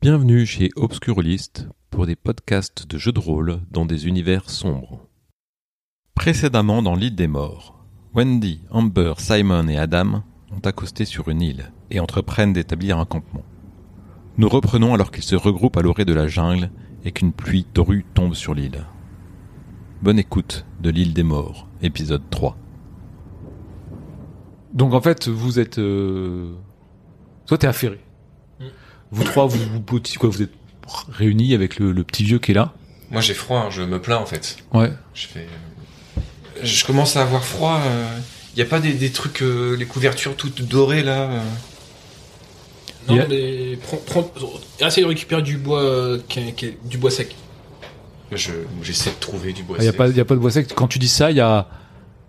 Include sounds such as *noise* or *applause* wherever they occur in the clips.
Bienvenue chez Obscurlist pour des podcasts de jeux de rôle dans des univers sombres. Précédemment dans l'île des morts, Wendy, Amber, Simon et Adam ont accosté sur une île et entreprennent d'établir un campement. Nous reprenons alors qu'ils se regroupent à l'orée de la jungle et qu'une pluie torrue tombe sur l'île. Bonne écoute de l'île des morts, épisode 3. Donc en fait, vous êtes. Euh... Toi, t'es affairé. Mm. Vous trois, vous, vous, petit- quoi, vous êtes réunis avec le, le petit vieux qui est là. Moi j'ai froid, hein, je me plains en fait. Ouais. Je fais. euh, Je commence à avoir froid. Il Y a pas des, des trucs, euh, les couvertures toutes dorées là. euh. Non, Yeah. mais prends, prends- essaye de récupérer du bois, euh, qui- qui- du bois sec. Je j'essaie de trouver du bois. Il n'y a, sec. pas- Ah, y a pas de bois sec. Quand tu dis ça, il y a,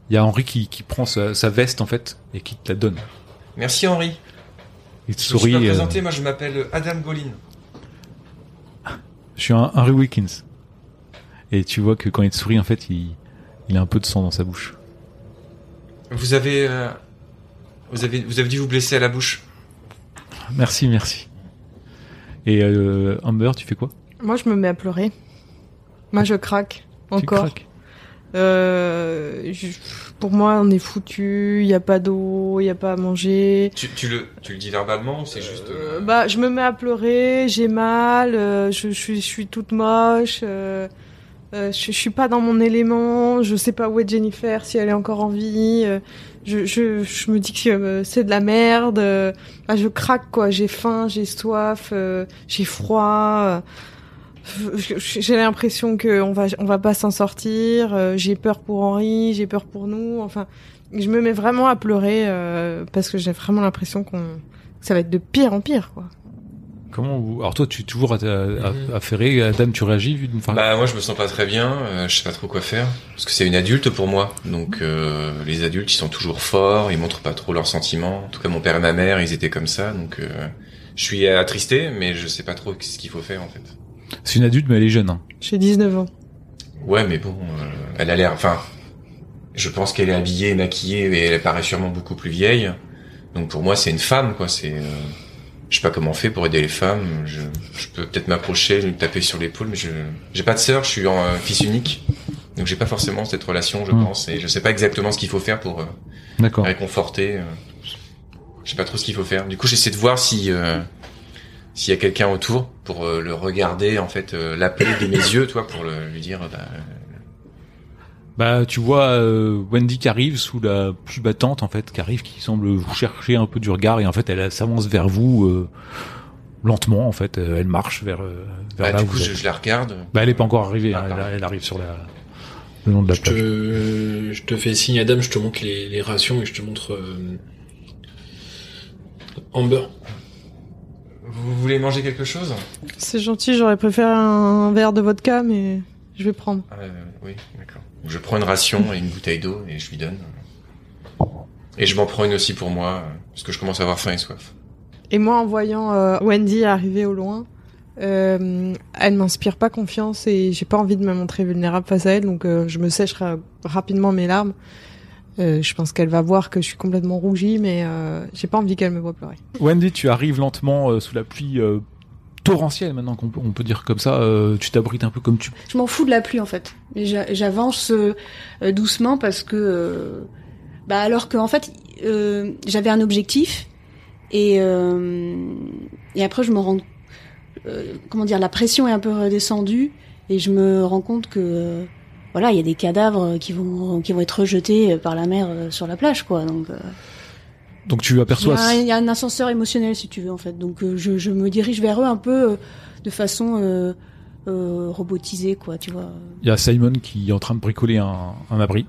y a Henri qui, qui prend sa, sa veste en fait et qui te la donne. Merci Henri. Il te Je me suis sourit. pas euh, présenté. Moi je m'appelle Adam Golin. je suis un Henry Wilkins. Et tu vois que quand il te sourit, en fait, il, il a un peu de sang dans sa bouche. Vous avez, euh, vous avez, vous avez dit vous blesser à la bouche. Merci, merci. Et euh, Amber, tu fais quoi Moi, je me mets à pleurer. Moi, je craque. Encore. Tu craques. Euh, je- pour moi, on est foutu. Il y a pas d'eau, il y a pas à manger. Tu, tu le, tu le dis verbalement ou c'est juste. euh, Euh, bah, je me mets à pleurer. J'ai mal. euh, je, je suis, je suis toute moche. euh, euh, je, je suis pas dans mon élément. Je sais pas où est Jennifer, si elle est encore en vie. euh, je, je, je me dis que euh, c'est de la merde. euh, bah, je craque quoi. J'ai faim, j'ai soif, euh, j'ai froid. euh, je- je- j'ai l'impression que on va on va pas s'en sortir. euh, j'ai peur pour Henri, j'ai peur pour nous. Enfin, je me mets vraiment à pleurer euh, parce que j'ai vraiment l'impression qu'on que ça va être de pire en pire quoi. Comment vous... Alors toi, tu es toujours à- à- Mhm. à- affairé. Adam, tu réagis vu d'une façon. Mm-hmm. Bah moi je me sens pas très bien. euh, je sais pas trop quoi faire parce que c'est une adulte pour moi. Donc euh, les adultes ils sont toujours forts, ils montrent pas trop leurs sentiments. En tout cas mon père et ma mère ils étaient comme ça. Donc euh, je suis attristé mais je sais pas trop ce qu'il faut faire en fait. C'est une adulte, mais elle est jeune. hein. J'ai 19 ans. Ouais, mais bon, euh, elle a l'air. Enfin, je pense qu'elle est habillée, maquillée, et elle paraît sûrement beaucoup plus vieille. Donc pour moi, c'est une femme, quoi. C'est, euh, je sais pas comment on fait pour aider les femmes. Je, je peux peut-être m'approcher, lui taper sur l'épaule, mais je, j'ai pas de sœur, je suis en euh, fils unique, donc j'ai pas forcément cette relation, je Hmm. pense, et je sais pas exactement ce qu'il faut faire pour euh, D'accord. réconforter. euh, je sais pas trop ce qu'il faut faire. Du coup, j'essaie de voir si euh, s'il y a quelqu'un autour pour euh, le regarder, en fait, euh, l'appeler de mes yeux, toi, pour le, lui dire, bah, Bah, tu vois euh, Wendy qui arrive sous la pluie battante en fait, qui arrive, qui semble vous chercher un peu du regard et en fait elle s'avance vers vous euh, lentement en fait. Euh, elle marche vers euh, vers Bah, là du où coup, vous je, êtes. je la regarde. Bah, elle est pas encore arrivée. Ah, hein, elle, pardon. elle arrive sur la le long de la Je plage. te, je te fais signe, Adam, je te montre les, les rations et je te montre euh, Amber. Vous voulez manger quelque chose C'est gentil, j'aurais préféré un verre de vodka mais je vais prendre. Euh, Oui, d'accord. Je prends une ration et une bouteille d'eau et je lui donne. Et je m'en prends une aussi pour moi, euh, parce que je commence à avoir faim et soif. Et moi, en voyant euh, Wendy arriver au loin, euh, elle m'inspire pas confiance et j'ai pas envie de me montrer vulnérable face à elle, donc euh, je me sèche ra- rapidement mes larmes. Euh, je pense qu'elle va voir que je suis complètement rougie, mais euh, j'ai pas envie qu'elle me voit pleurer. Wendy, tu arrives lentement euh, sous la pluie euh, torrentielle maintenant qu'on peut, on peut dire comme ça. euh, tu t'abrites un peu comme tu. Je m'en fous de la pluie en fait. Et j'a- J'avance euh, euh, doucement parce que, euh, bah alors que en fait, euh, j'avais un objectif et euh, et après je me rends, euh, comment dire, la pression est un peu redescendue et je me rends compte que euh, voilà, il y a des cadavres qui vont qui vont être rejetés par la mer euh, sur la plage quoi. Donc euh, Donc tu il y, aperçois. a un- il y a un ascenseur émotionnel si tu veux en fait. Donc euh, je, je me dirige vers eux un peu euh, de façon euh, euh, robotisée quoi, tu vois. Il y a Simon qui est en train de bricoler un, un abri.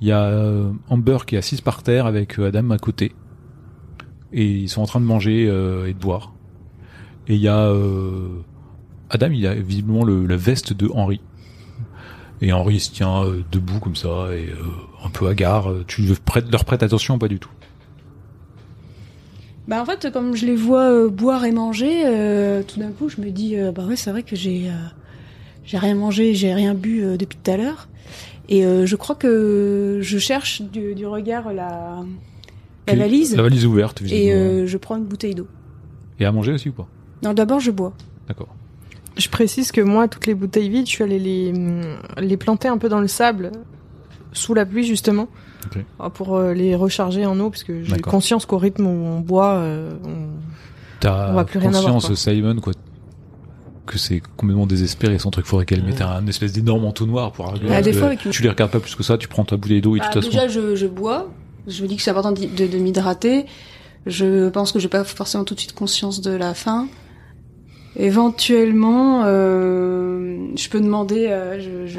Il y a euh, Amber qui est assise par terre avec euh, Adam à côté. Et ils sont en train de manger euh, et de boire. Et il y a euh, Adam, il a visiblement le- la veste de Henri. Et Henri il se tient euh, debout comme ça et euh, un peu hagard. Tu le prêtes- leur prêtes attention ou pas du tout Bah en fait, comme je les vois euh, boire et manger, euh, tout d'un coup, je me dis euh, bah ouais, c'est vrai que j'ai euh, j'ai rien mangé, j'ai rien bu euh, depuis tout à l'heure, et euh, je crois que je cherche du, du regard la la valise La valise est ouverte. et visiblement. euh, je prends une bouteille d'eau. et à manger aussi ou pas Non, d'abord je bois. D'accord. Je précise que moi, toutes les bouteilles vides, je suis allée les, les planter un peu dans le sable, sous la pluie justement, Ok. pour euh, les recharger en eau, parce que j'ai D'accord. conscience qu'au rythme où on boit, euh, on- T'as On va plus rien conscience, avoir, quoi. Simon, quoi, que c'est complètement désespéré son truc. Faudrait qu'elle mette un une espèce d'énorme entonnoir pour arriver. Bah, à- des fois, avec une- Tu les regardes pas plus que ça. Tu prends ta bouteille d'eau et Bah, tu t'assois. déjà, je, je bois. Je me dis que c'est important d'hy- de, de m'hydrater. Je pense que j'ai pas forcément tout de suite conscience de la faim. Éventuellement, euh, je peux demander. euh, je, je,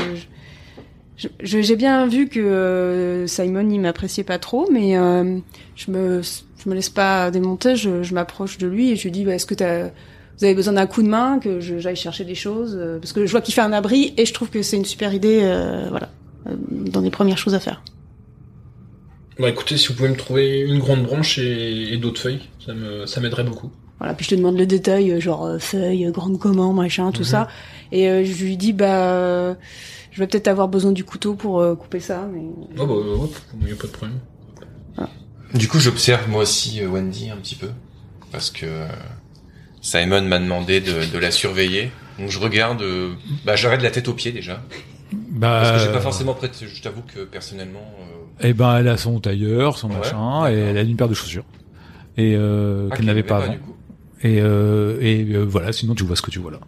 je- je- j'ai bien vu que euh, Simon il m'appréciait pas trop, mais euh, je me je me laisse pas démonter. Je, je m'approche de lui et je lui dis bah, est-ce que t'as vous avez besoin d'un coup de main que je- j'aille chercher des choses euh, parce que je vois qu'il fait un abri et je trouve que c'est une super idée. euh, voilà euh, dans les premières choses à faire. Bah écoutez, si vous pouvez me trouver une grande branche et, et d'autres feuilles, ça me ça m'aiderait beaucoup. Voilà, puis je te demande le détail, euh, genre euh, feuille, euh, grande comment, machin, tout Mhm. ça. Et euh, je lui dis, bah, euh, je vais peut-être avoir besoin du couteau pour euh, couper ça. Mais... Oh bah, hop, y a pas de problème. Du coup, j'observe moi aussi euh, Wendy un petit peu parce que euh, Simon m'a demandé de, de la surveiller. Donc je regarde, euh, bah j'arrête la tête aux pieds déjà Bah, parce que j'ai euh, pas forcément prêté. Je t'avoue que personnellement, euh, Eh ben, elle a son tailleur, son Ouais, machin, et d'accord. elle a une paire de chaussures et euh, ah, qu'elle n'avait l'avait pas avant. du coup. Et, euh, et euh, voilà. Sinon, tu vois ce que tu vois là.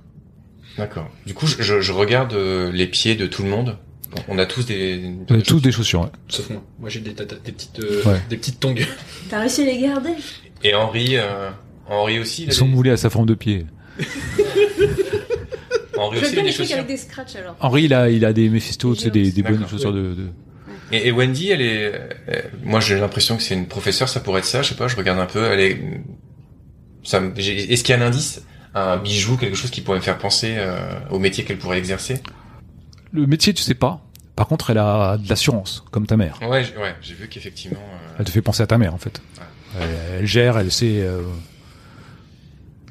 D'accord. Du coup, je, je- je regarde euh, les pieds de tout le monde. Bon, on a tous des. Vous avez tous des chaussures. ouais. Sauf moi. Moi j'ai des, tata- des petites euh, Ouais. des petites tongues. T'as réussi à les garder Et Henri, euh, Henri aussi. Il Ils sont avait... moulés à sa forme de pied. Henri aussi avait des chaussures. des scratchs alors. Henri, il a, il a des Mephisto, tu sais, des, des bonnes D'accord. chaussures de, de- Et, et Wendy, elle est. euh, moi, j'ai l'impression que c'est une professeure. Ça pourrait être ça. Je sais pas. Je regarde un peu. Elle est. Ça. me- j'ai- Est-ce qu'il y a un indice, un bijou, quelque chose qui pourrait me faire penser euh, au métier qu'elle pourrait exercer Le métier, tu sais pas. Par contre, elle a de l'assurance, comme ta mère. Ouais, j- ouais. J'ai vu qu'effectivement. euh, Elle te fait penser à ta mère, en fait. Elle, elle gère, elle sait. euh,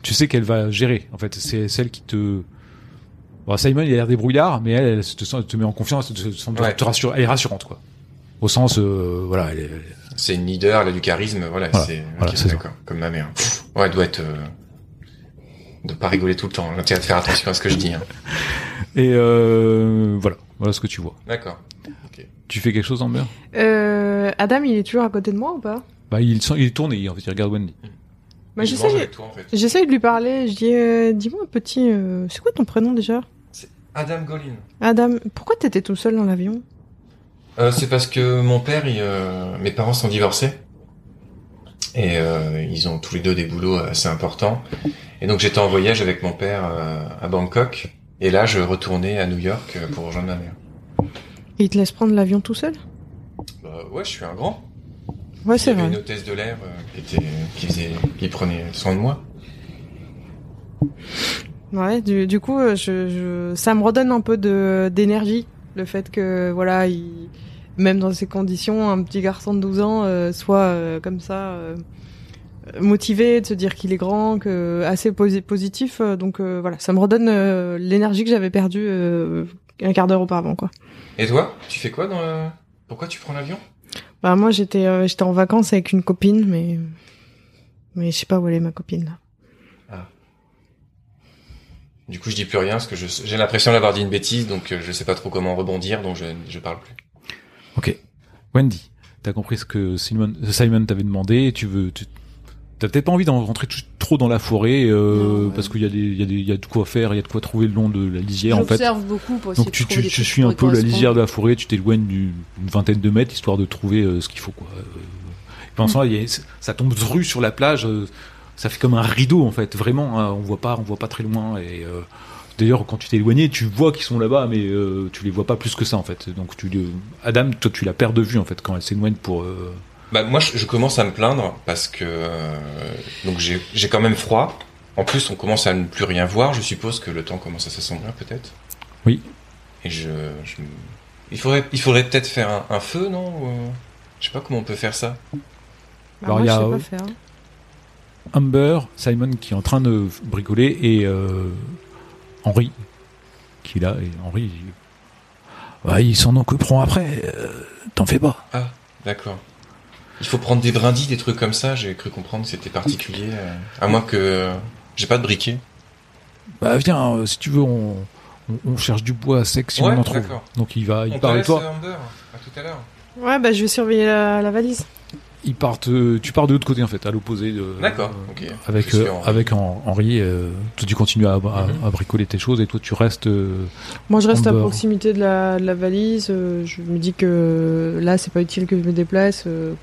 Tu sais qu'elle va gérer, en fait. C'est celle qui te. Bon, Simon, il a l'air débrouillard, mais elle, elle se te, sent- elle te met en confiance, elle, te, semble Ouais. te rassure, elle est rassurante, quoi. Au sens, euh, voilà, elle est- c'est une leader. Elle a du charisme. Voilà. Voilà, c'est. voilà, ok, c'est ça. D'accord. Comme ma mère. Pff, Ouais, elle doit être. euh, De pas rigoler tout le temps. J'ai intérêt à faire attention à ce que je dis. hein. Et euh, voilà, voilà ce que tu vois. D'accord. Tu fais quelque chose, Amber Euh, Adam, il est toujours à côté de moi ou pas Bah, il, sent- il tourne et il, en fait, il regarde Wendy. Bah, Je j'essaye- mange avec toi, en fait. J'essaye de lui parler. Je dis, euh, dis-moi petit, euh, c'est quoi ton prénom déjà Adam Golin. Adam, pourquoi t'étais tout seul dans l'avion Euh, c'est parce que mon père, il, euh, mes parents sont divorcés. Et euh, ils ont tous les deux des boulots assez importants. Et donc j'étais en voyage avec mon père euh, à Bangkok. Et là, je retournais à New York euh, pour rejoindre ma mère. Et il te laisse prendre l'avion tout seul Bah, ouais, je suis un grand. Ouais, Il c'est y avait vrai. Une hôtesse de l'air euh, qui, était, qui, faisait, qui prenait soin de moi. Ouais, du, du coup, euh, je, je, ça me redonne un peu de d'énergie, le fait que, voilà, il, même dans ces conditions, un petit garçon de 12 ans euh, soit euh, comme ça, euh, motivé de se dire qu'il est grand, que assez posi- positif. euh, donc euh, voilà, ça me redonne euh, l'énergie que j'avais perdue euh, un quart d'heure auparavant, quoi. Et toi, tu fais quoi dans le... Pourquoi tu prends l'avion Bah moi, j'étais euh, j'étais en vacances avec une copine, mais mais je sais pas où elle est ma copine là. Du coup, je dis plus rien parce que je- j'ai l'impression d'avoir dit une bêtise, donc euh, je sais pas trop comment rebondir, donc je, je parle plus. Wendy, t'as compris ce que Simon, Simon t'avait demandé, et tu veux, tu, t'as peut-être pas envie d'en rentrer tout- trop dans la forêt, euh, Non, ouais. parce qu'il y a des, il y a des, il y a de quoi faire, il y a de quoi trouver le long de la lisière, en fait. J'observe beaucoup pour essayer Donc de tu, trouver tu, des tu trucs qui suis un pourraient peu la correspondre. lisière de la forêt, tu t'éloignes du- d'une vingtaine de mètres, histoire de trouver euh, ce qu'il faut, quoi. Euh, et pendant ce temps-là, il y a- ça tombe rue sur la plage, euh, ça fait comme un rideau, en fait, vraiment, hein, on voit pas, on voit pas très loin, et, euh, D'ailleurs, quand tu t'es éloigné, tu vois qu'ils sont là-bas, mais euh, tu les vois pas plus que ça en fait. Donc, tu, les- Adam, toi, tu la perds de vue en fait quand elle s'éloigne pour euh, Bah moi je, je commence à me plaindre parce que euh, donc j'ai j'ai quand même froid. En plus on commence à ne plus rien voir. Je suppose que le temps commence à s'assombrir peut-être. Oui. Et je, je me- il faudrait il faudrait peut-être faire un, un feu non Ou, euh, Je sais pas comment on peut faire ça. Bah, Alors, moi, il y je a- sais pas faire. Amber, Simon qui est en train de bricoler et euh, Henri qui est là et Henri bah, il- Ouais, ils s'en occuperont après, euh, t'en fais pas. D'accord. Il faut prendre des brindilles, des trucs comme ça. J'ai cru comprendre que c'était particulier. euh, à moins que J'ai pas de briquet. Bah viens, euh, si tu veux, on, on, on cherche du bois sec si Ouais, on en trouve. d'accord. Donc il va, Ah, il On part te avec laisse, toi. euh, Amber. À tout à l'heure. Ouais, bah je vais surveiller la, la valise. Ils partent, euh, tu pars de l'autre côté en fait, à l'opposé de. D'accord. euh, Ok. Avec Je suis euh, en- avec Hen- Henri, euh, toi, tu continues à, à- Mhm. à bricoler tes choses et toi tu restes. euh, Moi, je reste à Amber. proximité de la, de la valise. euh, Je me dis que euh, là, c'est pas utile que je me déplace, euh,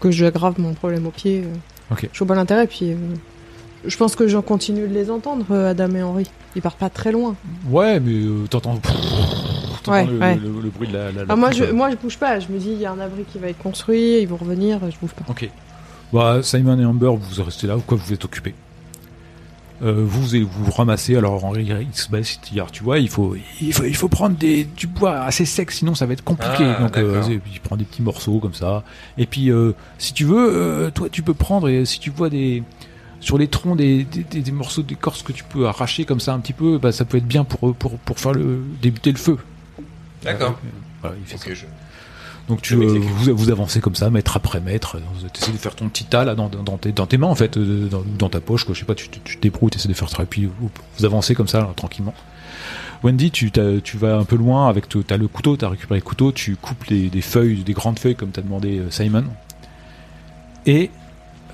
que je aggrave mon problème au pied. euh. Ok. Je vois pas l'intérêt, puis euh, je pense que j'en continue de les entendre, euh, Adam et Henri. Ils partent pas très loin. Bah, Ouais, mais euh, t'entends. t'entends Ouais, le, ouais. le- le bruit de la. la- la Ah, moi, pluie, je, quoi. moi, je bouge pas. Je me dis, il y a un abri qui va être construit, ils vont revenir, je bouge pas. Ok. Bah, Simon et Amber, vous restez là ou quoi Vous êtes occupés. Euh, vous et vous vous ramassez. Alors Henri il se baisse, il dit, alors, tu vois, il faut, il faut, il faut prendre des, du bois assez sec, sinon ça va être compliqué. Ah, Donc, euh, d'accord. et puis, il prend des petits morceaux comme ça. Et puis, euh, si tu veux, euh, toi, tu peux prendre. Et si tu vois des sur les troncs des, des, des- des morceaux d'écorce que tu peux arracher comme ça un petit peu, bah, ça peut être bien pour pour pour faire le débuter le feu. D'accord. Voilà, il fait ça. Ok, je- Donc tu Je euh, m'étais cru. vous, vous avancez comme ça, mètre après mètre. Tu essaies de faire ton petit tas là dans, dans- dans tes, dans tes mains en fait, euh, dans, dans ta poche. Quoi. Je sais pas, tu, tu, tu te débrouilles, tu essaies de faire ça. Et puis vous, vous avancez comme ça là, tranquillement. Wendy, tu, t'as- tu vas un peu loin avec te- t'as le couteau, t'as récupéré le couteau, tu coupes les, des feuilles, des grandes feuilles comme t'as demandé euh, Simon. Et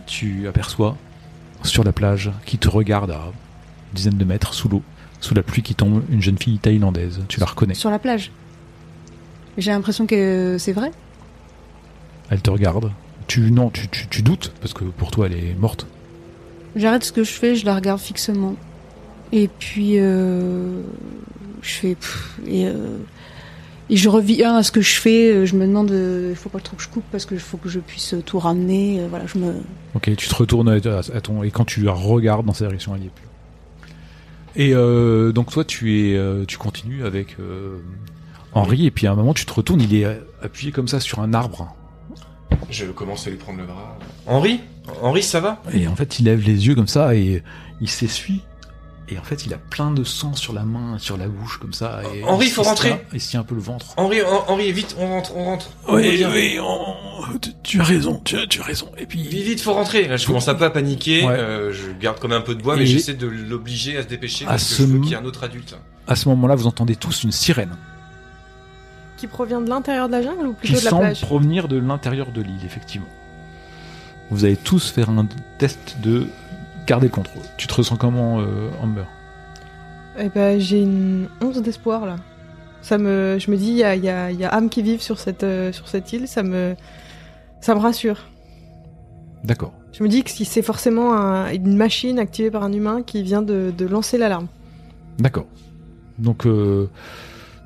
tu aperçois sur la plage qui te regarde à une dizaine de mètres sous l'eau, sous la pluie qui tombe, une jeune fille thaïlandaise. Tu la reconnais. Sur la plage. J'ai l'impression que c'est vrai. Elle te regarde. Tu non, tu, tu, tu doutes parce que pour toi elle est morte. J'arrête ce que je fais, je la regarde fixement. Et puis, euh, je fais. pff, et, euh, et je reviens à ce que je fais. euh, Je me demande. Il faut pas trop que je coupe parce qu'il faut que je puisse euh, tout ramener. euh, Voilà, je me. Ok, tu te retournes à, à- à ton et quand tu la regardes dans sa direction, elle n'y est plus. Et euh, donc toi tu es euh, tu continues avec euh, Henri et puis à un moment tu te retournes, il est euh, appuyé comme ça sur un arbre Je commence à lui prendre le bras. Henri Henri, ça va et en fait il lève les yeux comme ça et il s'essuie et en fait il a plein de sang sur la main, sur la bouche comme ça. Et Henri, il faut se rentrer. tient- Il se tient un peu le ventre. Henri, Hen- Henri, vite, on rentre, on rentre. On revient. on- tu, tu as raison, tu as, tu as raison. Et puis Vite, vite, faut rentrer. Là, je commence à pas paniquer. Ouais. euh, je garde quand même un peu de bois, Et- mais j'essaie de l'obliger à se dépêcher À parce ce que je veux mo- qu'il y ait un autre adulte. À ce moment-là, vous entendez tous une sirène Qui provient de l'intérieur de la jungle ou plutôt qui de la semble plage provenir de l'intérieur de l'île, effectivement. Vous allez tous faire un test de garder le contrôle. Tu te ressens comment, euh, Amber Eh ben, j'ai une once d'espoir là. Ça me, je me dis, il y a, il y, a, il y a âmes qui vivent sur cette, euh, sur cette île, ça me, ça me rassure. D'accord. Je me dis que si c'est forcément un- une machine activée par un humain qui vient de, de lancer l'alarme. D'accord. Donc, euh,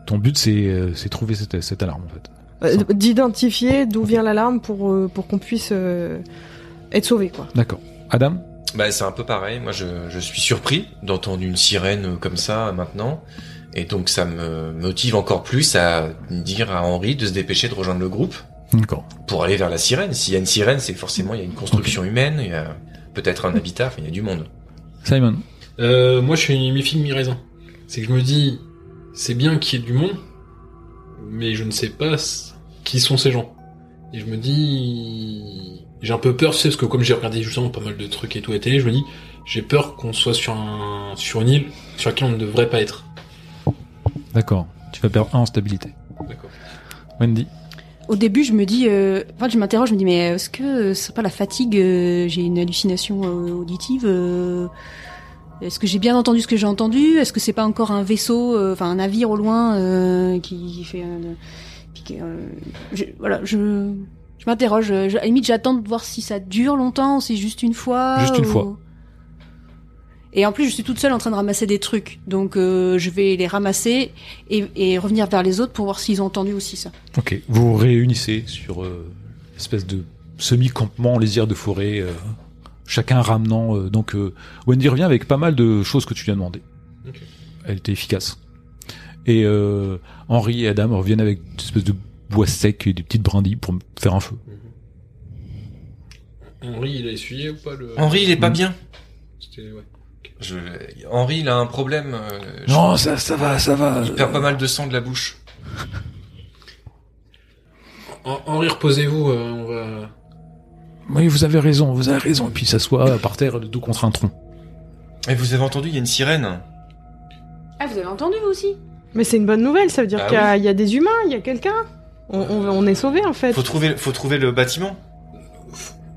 ton but, c'est euh, c'est trouver cette, cette alarme, en fait. Euh, Ça. D'identifier d'où vient l'alarme pour, euh, pour qu'on puisse euh, être sauvé quoi. D'accord. Adam Bah, c'est un peu pareil. Moi, je, je suis surpris d'entendre une sirène comme ça maintenant. Et donc, ça me motive encore plus à dire à Henri de se dépêcher de rejoindre le groupe D'accord. pour aller vers la sirène. S'il y a une sirène, c'est forcément, il y a une construction humaine, il y a peut-être un habitat, enfin, il y a du monde. Simon Euh, moi, je suis mi figue mi raisin. C'est que je me dis, c'est bien qu'il y ait du monde, mais je ne sais pas c- qui sont ces gens. Et je me dis, j'ai un peu peur, tu sais, parce que comme j'ai regardé justement pas mal de trucs et tout à la télé, je me dis, j'ai peur qu'on soit sur un sur une île sur laquelle on ne devrait pas être. D'accord. Tu vas perdre un en stabilité. D'accord. Wendy Au début, je me dis. euh, en fait, je m'interroge, je me dis, mais est-ce que euh, c'est pas la fatigue euh, J'ai une hallucination euh, auditive euh, Est-ce que j'ai bien entendu ce que j'ai entendu Est-ce que c'est pas encore un vaisseau, euh, enfin un navire au loin euh, qui, qui fait. un- puis qui, euh, je- voilà, je. Je m'interroge. euh, je- à la limite, j'attends de voir si ça dure longtemps, si c'est juste une fois. Juste une fois. Et en plus, je suis toute seule en train de ramasser des trucs, donc euh, je vais les ramasser et, et revenir vers les autres pour voir s'ils ont entendu aussi ça. Ok. Vous vous réunissez sur euh, espèce de semi-campement lisière de forêt, euh, chacun ramenant. euh, donc euh, Wendy revient avec pas mal de choses que tu lui as demandé. Ok. Elle était efficace. Et euh, Henri et Adam reviennent avec une espèce de bois sec et des petites brindilles pour faire un feu. Henri, il a essuyé ou pas le Henri, il est pas Mm. bien. C'était- ouais. Je... Henri, il a un problème. euh, je- Non, euh, ça, ça va, ça va. Il perd pas mal de sang de la bouche. Hen- Henri, reposez-vous, euh, on va. Oui, vous avez raison, vous avez raison. Et puis il s'assoit par terre, le dos contre un tronc. Et vous avez entendu, il y a une sirène. Ah, vous avez entendu vous aussi Mais c'est une bonne nouvelle, ça veut dire Bah Euh, qu'il y, a- il y a des humains, il y a quelqu'un. On, on- on est sauvés en fait. Faut trouver, faut trouver le bâtiment.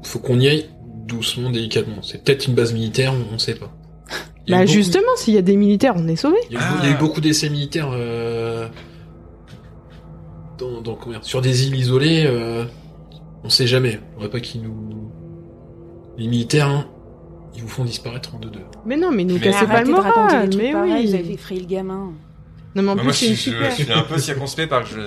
Faut qu'on y aille doucement, délicatement. C'est peut-être une base militaire, on, on sait pas. Il y a Bah eu beaucoup- justement, s'il y a des militaires, on est sauvés. Il y a, eu- il y a eu Ah. beaucoup d'essais militaires euh, dans, dans- comment dire, sur des îles isolées. euh, on sait jamais. On va pas qu'ils nous. Les militaires, hein, ils vous font disparaître en deux-deux. Mais non, mais nous Mais cassez pas Arrêtez le de raconter moral. des trucs Mais pareils, oui. Vous avez effrayé le gamin. Non mais en Bah, plus moi, je c'est une suis, je super. suis un peu circonspect par que je.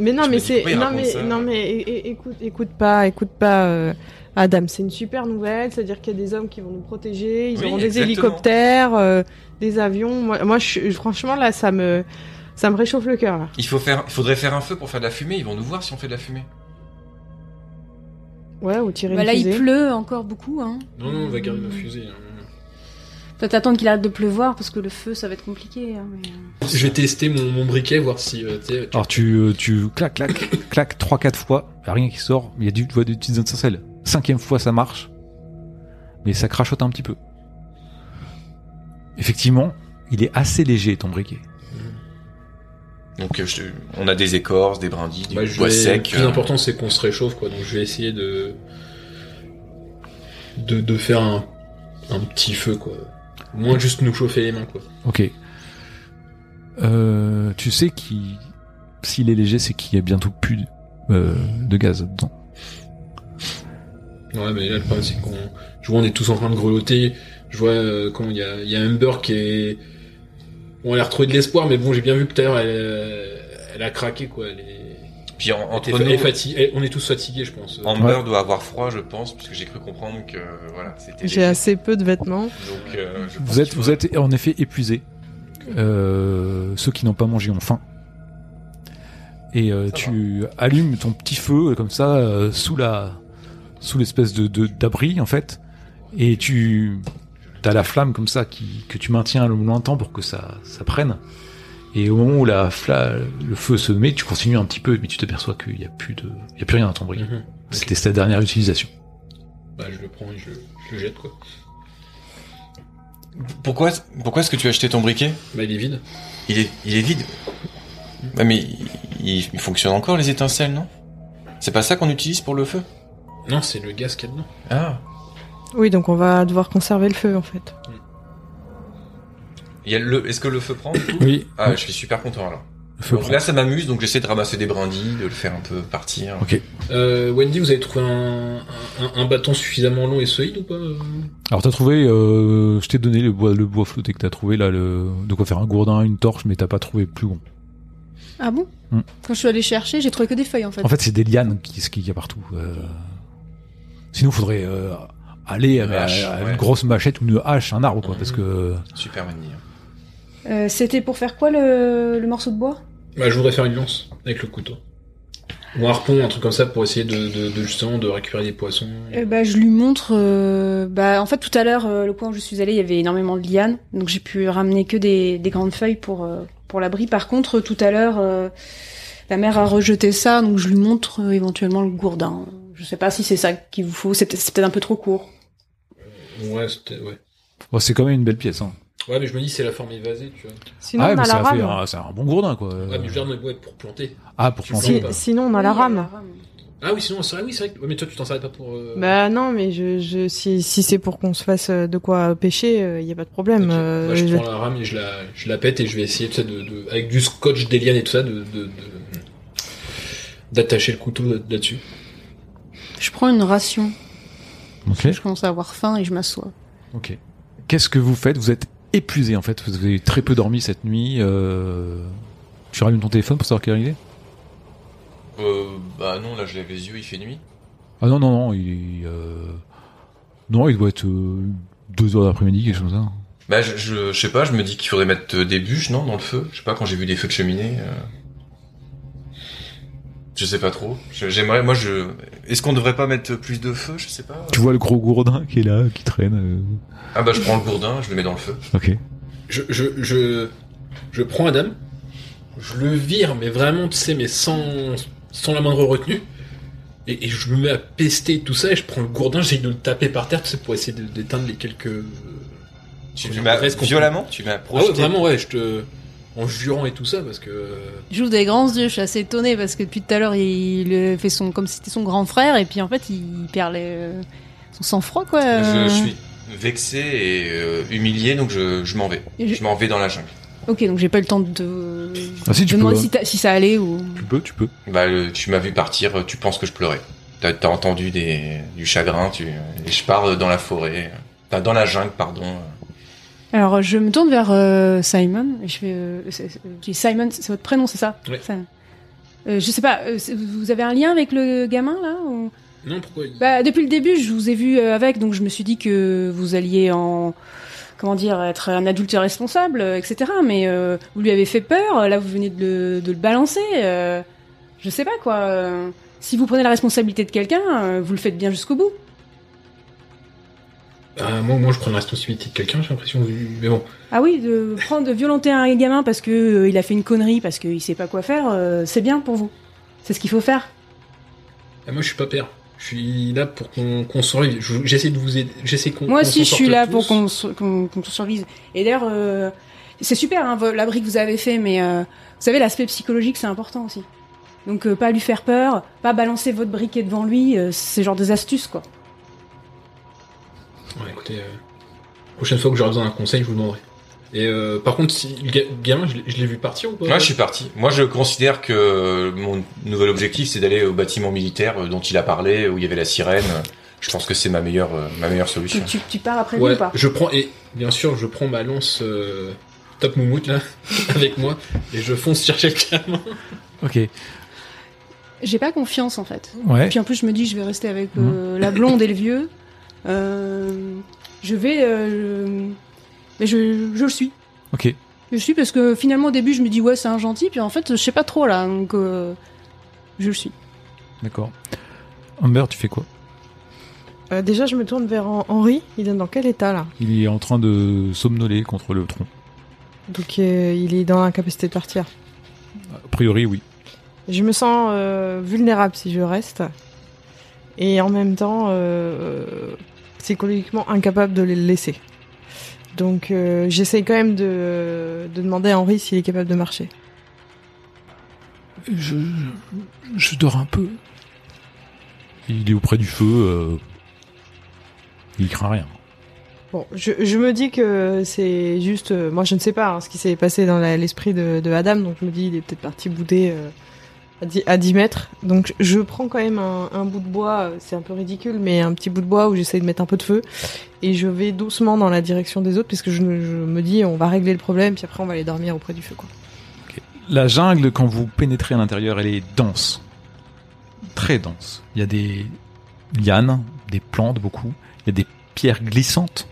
Mais non je mais me dis c'est pourquoi il non raconte mais ça non mais é- é- écoute écoute pas écoute pas euh, Adam, c'est une super nouvelle, c'est-à-dire qu'il y a des hommes qui vont nous protéger, ils Oui, auront des exactement. hélicoptères, euh, des avions. Moi, moi, je- franchement là ça me ça me réchauffe le cœur. là. Il faut faire, il faudrait faire un feu pour faire de la fumée. Ils vont nous voir si on fait de la fumée. Ouais, ou tirer Bah une là, il fusée. pleut encore beaucoup. Hein. Non, non, on va garder nos fusées. hein. Peut-être attendre qu'il arrête de pleuvoir parce que le feu, ça va être compliqué. hein, mais, euh, Je vais tester mon, mon briquet, voir si. euh, tu sais, tu- Alors tu, euh, tu clac, clac, *coughs* clac, 3-4 fois, y a rien qui sort, mais il y a du, tu vois, des petites étincelles. Cinquième fois, ça marche, mais ça crachote un petit peu. Effectivement, il est assez léger ton briquet. Donc, euh, je te- on a des écorces, des brindilles, du Bah, je bois vais- sec. Le plus euh, important, c'est qu'on se réchauffe, quoi. Donc, je vais essayer de. de, de faire un, un petit feu, quoi. Au moins, juste nous chauffer les mains, quoi. Ok. Euh, tu sais qu'il, s'il est léger, c'est qu'il y a bientôt plus de- euh, de gaz dedans. Ouais, mais là, le problème, c'est qu'on. Je vois, on est tous en train de grelotter. Je vois, euh, comment il y a, il y a Amber qui est. Bon, elle a retrouvé de l'espoir, mais bon, j'ai bien vu que tout à l'heure, elle, euh, elle a craqué, quoi. Elle est. Puis en- elle entre est fa- elle est nous, fatiguée. Elle- On est tous fatigués, je pense. Amber doit avoir froid, je pense, parce que j'ai cru comprendre que euh, voilà, c'était. J'ai léger. assez peu de vêtements. Donc, euh, je pense Vous êtes, qu'il faut- vous êtes en effet épuisés. Euh, ceux qui n'ont pas mangé ont faim. Et euh, Ça tu allumes ton petit feu comme ça euh, sous la sous l'espèce de de- d'abri en fait. Et tu as la flamme comme ça qui, que tu maintiens longtemps pour que ça ça prenne. Et au moment où la fla- le feu se met, tu continues un petit peu, mais tu t'aperçois qu'il n'y a plus de il y a plus rien dans ton briquet. Mhm. C'était sa dernière utilisation. Bah, je le prends et je, je le jette, quoi. Pourquoi, pourquoi est-ce que tu as acheté ton briquet Bah, il est vide. Il est, il est vide. Ah, mais il, il- il fonctionne encore les étincelles, non C'est pas ça qu'on utilise pour le feu Non, c'est le gaz qu'il y a dedans. Ah. Oui, donc on va devoir conserver le feu en fait. Il y a le, est-ce que le feu prend du coup Oui. Ah, je suis super content alors. feu Donc prend. là, ça m'amuse, donc j'essaie de ramasser des brindilles, de le faire un peu partir. Ok. Euh, Wendy, vous avez trouvé un, un, un bâton suffisamment long et solide ou pas euh Alors t'as trouvé, euh, je t'ai donné le bois, le bois flotté que t'as trouvé là, le, de quoi faire un gourdin, une torche, mais t'as pas trouvé plus long. Ah bon Hmm. Quand je suis allée chercher, j'ai trouvé que des feuilles en fait. En fait, c'est des lianes qui, ce qu'il y a partout. euh. Sinon, faudrait euh, aller à, Une hache, à- à ouais. une grosse machette ou une hache, un arbre, quoi, Mhm. parce que Super hein. Wendy. Euh, C'était pour faire quoi le, le morceau de bois Bah, je voudrais faire une lance avec le couteau. Ou un harpon, un truc comme ça, pour essayer de, de, de justement de récupérer des poissons. Euh, bah, je lui montre. euh, bah, en fait, tout à l'heure, euh, le coin où je suis allée, il y avait énormément de lianes, donc j'ai pu ramener que des, des grandes feuilles pour euh, pour l'abri. Par contre, tout à l'heure, euh, la mère a rejeté ça, donc je lui montre euh, éventuellement le gourdin. Je sais pas si c'est ça qu'il vous faut. C'est peut-être c'est peut-être un peu trop court. Ouais, c'était, ouais. Bon, Oh, c'est quand même une belle pièce. Hein. Ouais, mais je me dis, c'est la forme évasée, tu vois. Sinon ah, ouais, on mais a la ça fait rame. un, c'est un bon gourdin, quoi. Ouais, mais je veux dire, ouais, pour planter. ah, pour tu planter. Si- pas. sinon on a la rame. Ah oui, sinon, c'est vrai, oui, c'est vrai. que- Ouais, mais toi, tu t'en sers pas pour. euh, Bah non, mais je, je si, si c'est pour qu'on se fasse euh, de quoi pêcher, il y a pas de ok. problème. Bah, euh, je je- prends la rame et je la, je la pète et je vais essayer, tu sais, de, de, avec du scotch, des lianes et tout ça, de, de, de- d'attacher le couteau là- là-dessus. Je prends une ration. Ok. Je commence à avoir faim et je m'assois. Ok. Qu'est-ce que vous faites Vous êtes épuisé en fait. Vous avez très peu dormi cette nuit. euh. Tu rallumes ton téléphone pour savoir quelle heure il est Euh, bah non, là, je lève les yeux, il fait nuit. Ah non, non, non, il, euh, non, il doit être 2 heures d'après-midi, quelque chose comme ça. Bah, je, je, je sais pas, je me dis qu'il faudrait mettre euh, des bûches, non, dans le feu. Je sais pas, quand j'ai vu des feux de cheminée. euh, Je sais pas trop. Je- J'aimerais, moi, je. Est-ce qu'on devrait pas mettre plus de feu Je sais pas. Tu vois le gros gourdin qui est là, qui traîne. euh, Ah bah, je prends le gourdin, je le mets dans le feu. Ok. je, je, je, je prends Adam, je le vire, mais vraiment, tu sais, mais sans, sans la moindre retenue. Et, et je me mets à pester tout ça, et je prends le gourdin, j'essaye de le taper par terre, tu sais, pour essayer de- d'éteindre les quelques euh, Tu, Je tu m'as reste contre- violemment, tu m'as Ah ouais, projeté. vraiment, ouais, je te. En jurant et tout ça, parce que. euh, J'ouvre des grands yeux, je suis assez étonnée parce que depuis tout à l'heure, il euh, fait son comme si c'était son grand frère et puis en fait, il perd les- euh, son sang-froid quoi. Je, je suis vexé et euh, humilié, donc je, je m'en vais. Et je- Je m'en vais dans la jungle. Ok, donc j'ai pas eu le temps de. Ah, si, tu de demander peux. si, t'as- si ça allait ou. Tu peux, tu peux. Bah, le- tu m'as vu partir, tu penses que je pleurais. T'as t'as entendu des, du chagrin, tu, et je pars dans la forêt. Enfin, dans la jungle, pardon. Alors je me tourne vers euh, Simon et je fais. euh, c'est- c'est- je dis, Simon, c'est votre prénom, c'est ça, Oui. Ça- Euh, je sais pas, euh, c'est- vous avez un lien avec le gamin là ou- Non, pourquoi il- Bah, depuis le début, je vous ai vu euh, avec, donc je me suis dit que vous alliez en. Comment dire, être un adulte responsable, euh, etc. Mais euh, vous lui avez fait peur, là vous venez de le, de le balancer. euh, je sais pas quoi. euh, si vous prenez la responsabilité de quelqu'un, euh, vous le faites bien jusqu'au bout. Ah, moi, moi, je prends la responsabilité de quelqu'un, j'ai l'impression. Mais bon. Ah oui, de prendre, de violenter un gamin parce que euh, il a fait une connerie, parce qu'il sait pas quoi faire, euh, c'est bien pour vous. C'est ce qu'il faut faire. Ah, moi, je suis pas père. Je suis là pour qu'on qu'on survive. Je- J'essaie de vous aider. J'essaie qu'on. Moi qu'on aussi, s'en je suis sorte là tous. pour qu'on se- qu'on qu'on survive. Et d'ailleurs, euh, c'est super hein, vo- l'abri que vous avez fait, mais euh, vous savez, l'aspect psychologique, c'est important aussi. Donc, euh, pas lui faire peur, pas balancer votre briquet devant lui, euh, c'est genre des astuces, quoi. Ouais, écoutez, euh, prochaine fois que j'aurai besoin d'un conseil, je vous demanderai. Et euh, par contre, si, le ga- gamin, je l'ai- Ah, je l'ai vu partir ou pas Moi, je suis parti. Moi, je considère que mon nouvel objectif, c'est d'aller au bâtiment militaire euh, dont il a parlé, où il y avait la sirène. Je pense que c'est ma meilleure, euh, ma meilleure Tu, solution. tu, tu pars après lui Ouais, ou pas je prends, et bien sûr, je prends ma lance euh, Top Moumout là, *laughs* avec moi, et je fonce chercher le gamin. Ok. J'ai pas confiance, en fait. Ouais. Mhm. Puis en plus, je me dis, je vais rester avec euh, la blonde et le vieux. Euh, je vais. euh, mais je, je le suis. Ok. Je le suis parce que finalement, au début, je me dis, ouais, c'est un gentil. Puis en fait, je sais pas trop là. Donc, euh, je le suis. D'accord. Amber, Oh, tu fais quoi Euh, déjà, je me tourne vers Hen- Henri. Il est dans quel état là Il est en train de somnoler contre le tronc. Donc, euh, il est dans l'incapacité de partir. A priori, oui. Je me sens euh, vulnérable si je reste. Et en même temps, euh, psychologiquement incapable de les laisser. Donc, euh, j'essaie quand même de, de demander à Henri s'il est capable de marcher. Je, je dors un peu. Il est auprès du feu. euh, Il craint rien. Bon, je, je me dis que c'est juste. euh, moi, je ne sais pas hein, ce qui s'est passé dans la- l'esprit de, de Adam, donc je me dis il est peut-être parti bouder euh, à, 10, à 10 mètres. Donc je- je prends quand même un, un bout de bois, euh, c'est un peu ridicule, mais un petit bout de bois où j'essaie de mettre un peu de feu. Et je vais doucement dans la direction des autres, puisque je, me- je me dis on va régler le problème, puis après on va aller dormir auprès du feu. Quoi. La jungle, quand vous pénétrez à l'intérieur, elle est dense. Très dense. Il y a des lianes, des plantes beaucoup. Il y a des pierres glissantes.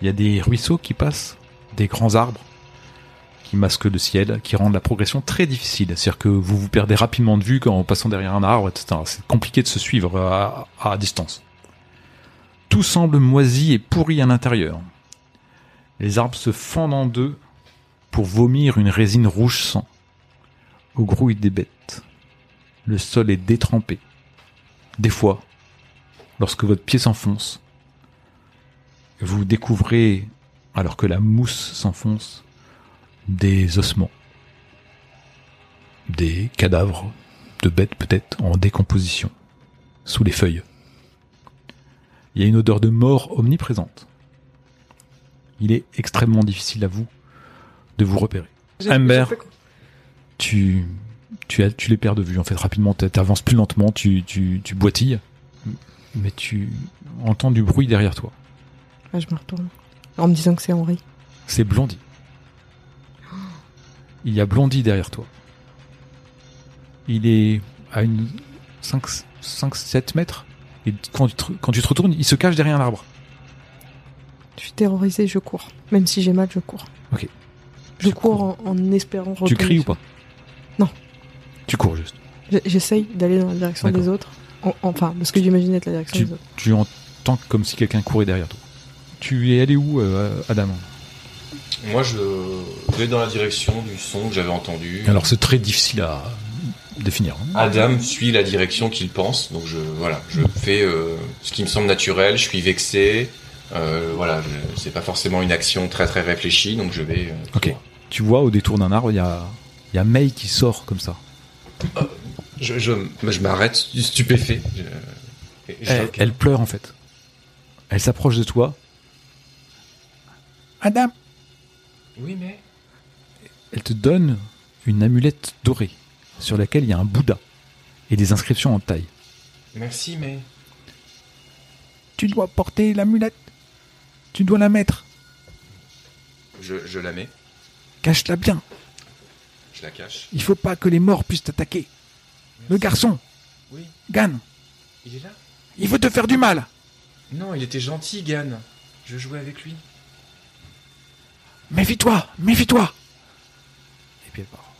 Il y a des ruisseaux qui passent, des grands arbres qui masquent le ciel, qui rendent la progression très difficile. C'est-à-dire que vous vous perdez rapidement de vue quand- en passant derrière un arbre, etc. C'est compliqué de se suivre à, à distance. Tout semble moisi et pourri à l'intérieur. Les arbres se fendent en deux pour vomir une résine rouge sang. Au grouille des bêtes. Le sol est détrempé. Des fois, lorsque votre pied s'enfonce, vous découvrez, alors que la mousse s'enfonce, des ossements. Des cadavres de bêtes peut-être en décomposition, sous les feuilles. Il y a une odeur de mort omniprésente. Il est extrêmement difficile à vous de vous repérer. Amber. Tu, tu, as, tu les perds de vue en fait rapidement, tu avances plus lentement, tu, tu, tu boitilles, mais tu entends du bruit derrière toi. Ah, je me retourne en me disant que c'est Henri. C'est Blondie. Il y a Blondie derrière toi. Il est à une 5-7 mètres. Et quand tu, te, quand tu te retournes, il se cache derrière un arbre. Je suis terrorisée, je cours. Même si j'ai mal, je cours. Ok. Je Tu cours, cours. En, en espérant. Tu retomber cries ou sur- pas Non. Tu cours juste. J- J'essaye d'aller dans la direction D'accord. des autres. En- Enfin, parce que j'imagine être la direction des autres. Tu entends comme si quelqu'un courait derrière toi. Tu es allé où, euh, Adam Moi, je vais dans la direction du son que j'avais entendu. Alors c'est très difficile à définir. hein. Adam suit la direction qu'il pense, donc je voilà, je fais euh, ce qui me semble naturel. Je suis vexé, Euh, voilà, je- c'est pas forcément une action très très réfléchie, donc je vais. euh, Ok. Tu vois, au détour d'un arbre, il y a, il y a May qui sort comme ça. Je, je, je m'arrête stu- stupéfait. Je- et je Elle, toque. elle pleure en fait. Elle s'approche de toi. Adam Oui, mais. Elle te donne une amulette dorée sur laquelle il y a un Bouddha et des inscriptions en taille. Merci, mais. Tu dois porter l'amulette. Tu dois la mettre. Je, je la mets, Cache-la bien. je la cache. Il faut pas que les morts puissent t'attaquer. Le garçon, Oui, Gan, il est là il veut te faire du mal. Non, il était gentil, Gann. Je jouais avec lui. Méfie-toi, méfie-toi. Et puis elle part.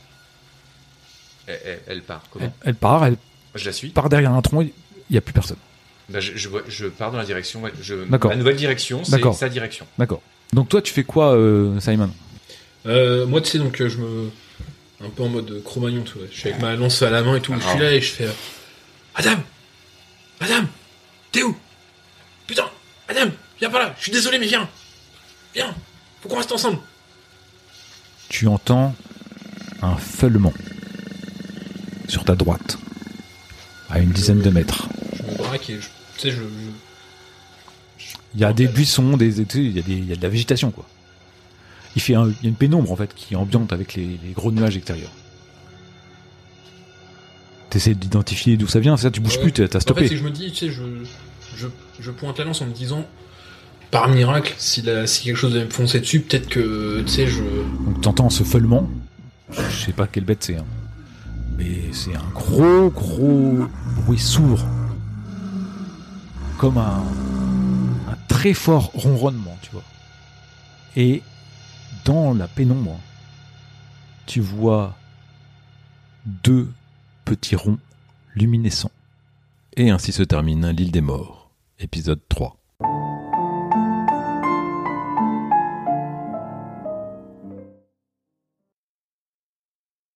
Elle, elle- elle part, comment Elle, elle part, elle Je la suis part derrière un tronc, il n'y a plus personne. Bah, je, je, vois- je pars dans la direction. ouais, Je, D'accord. la nouvelle direction, c'est D'accord. sa direction. D'accord. Donc toi, tu fais quoi, euh, Simon Euh, moi, tu sais, donc, euh, je me. Un peu en mode Cro-Magnon, tu vois. Je suis avec ma lance à la main et tout. je suis là et je fais. euh, Madame Madame T'es où Putain Madame Viens par là Je suis désolé, mais viens Viens Faut qu'on reste ensemble Tu entends un feulement sur ta droite, à une dizaine de mètres. Je me braque et je. Tu sais, je. je- Il y a des buissons, des, tu sais, il, y a des- il y a de la végétation, quoi. Il, fait un- il y a une pénombre, en fait, qui est ambiante avec les, les gros nuages extérieurs. T'essaies d'identifier d'où ça vient, ça, tu bouges Ouais. plus, t'as t'as En fait, stoppé. si je me dis, tu sais, je, je, je pointe la lance en me disant, par miracle, si, la, si quelque chose devait me foncer dessus, peut-être que, tu sais, je. Donc t'entends ce feulement. Je sais pas quelle bête c'est, hein. mais c'est un gros, gros bruit sourd, comme un, un très fort ronronnement, tu vois. Et dans la pénombre, tu vois deux petits ronds luminescents. Et ainsi se termine L'île des morts, épisode 3.